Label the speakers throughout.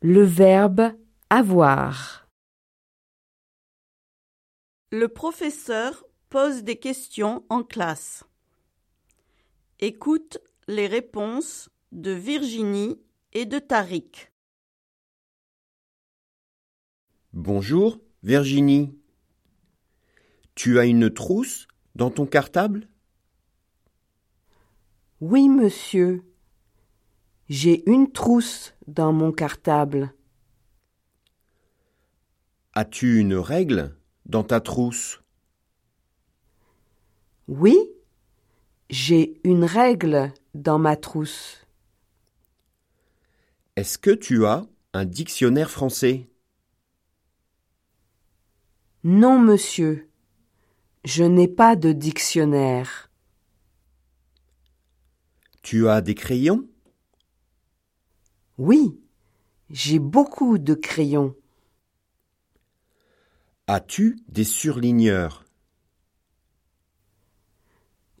Speaker 1: Le verbe avoir.
Speaker 2: Le professeur pose des questions en classe. Écoute les réponses de Virginie et de Tariq.
Speaker 3: Bonjour, Virginie. Tu as une trousse dans ton cartable
Speaker 4: Oui, monsieur. J'ai une trousse dans mon cartable.
Speaker 3: As-tu une règle dans ta trousse
Speaker 4: Oui, j'ai une règle dans ma trousse.
Speaker 3: Est-ce que tu as un dictionnaire français
Speaker 4: Non, monsieur. Je n'ai pas de dictionnaire.
Speaker 3: Tu as des crayons
Speaker 4: Oui, j'ai beaucoup de crayons.
Speaker 3: As-tu des surligneurs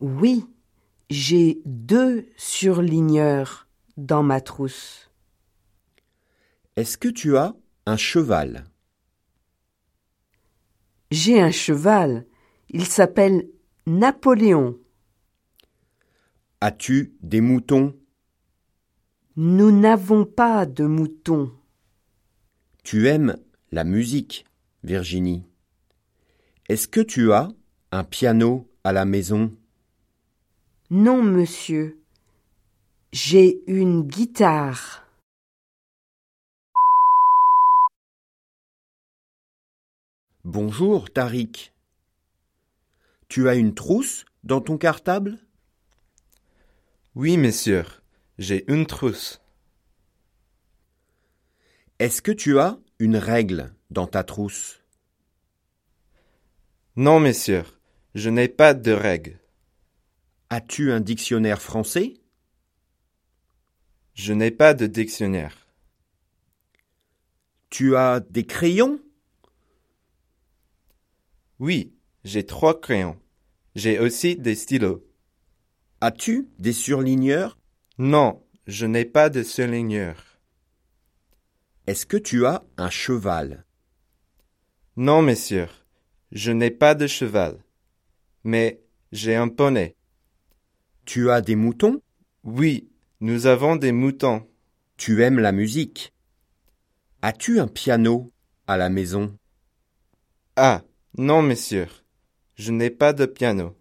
Speaker 4: Oui, j'ai deux surligneurs dans ma trousse.
Speaker 3: Est-ce que tu as un cheval
Speaker 4: J'ai un cheval. Il s'appelle Napoléon.
Speaker 3: As-tu des moutons
Speaker 4: Nous n'avons pas de moutons.
Speaker 3: Tu aimes la musique, Virginie. Est-ce que tu as un piano à la maison
Speaker 4: Non, monsieur. J'ai une guitare.
Speaker 3: Bonjour, Tariq. Tu as une trousse dans ton cartable
Speaker 5: Oui, messieurs, j'ai une trousse.
Speaker 3: Est-ce que tu as une règle dans ta trousse
Speaker 5: Non, messieurs, je n'ai pas de règle.
Speaker 3: As-tu un dictionnaire français
Speaker 5: Je n'ai pas de dictionnaire.
Speaker 3: Tu as des crayons
Speaker 5: Oui, j'ai trois crayons. J'ai aussi des stylos.
Speaker 3: As-tu des surligneurs
Speaker 5: Non, je n'ai pas de surligneur.
Speaker 3: Est-ce que tu as un cheval
Speaker 5: Non, messieurs, je n'ai pas de cheval. Mais j'ai un poney.
Speaker 3: Tu as des moutons
Speaker 5: Oui, nous avons des moutons.
Speaker 3: Tu aimes la musique As-tu un piano à la maison
Speaker 5: Ah, non, messieurs, je n'ai pas de piano.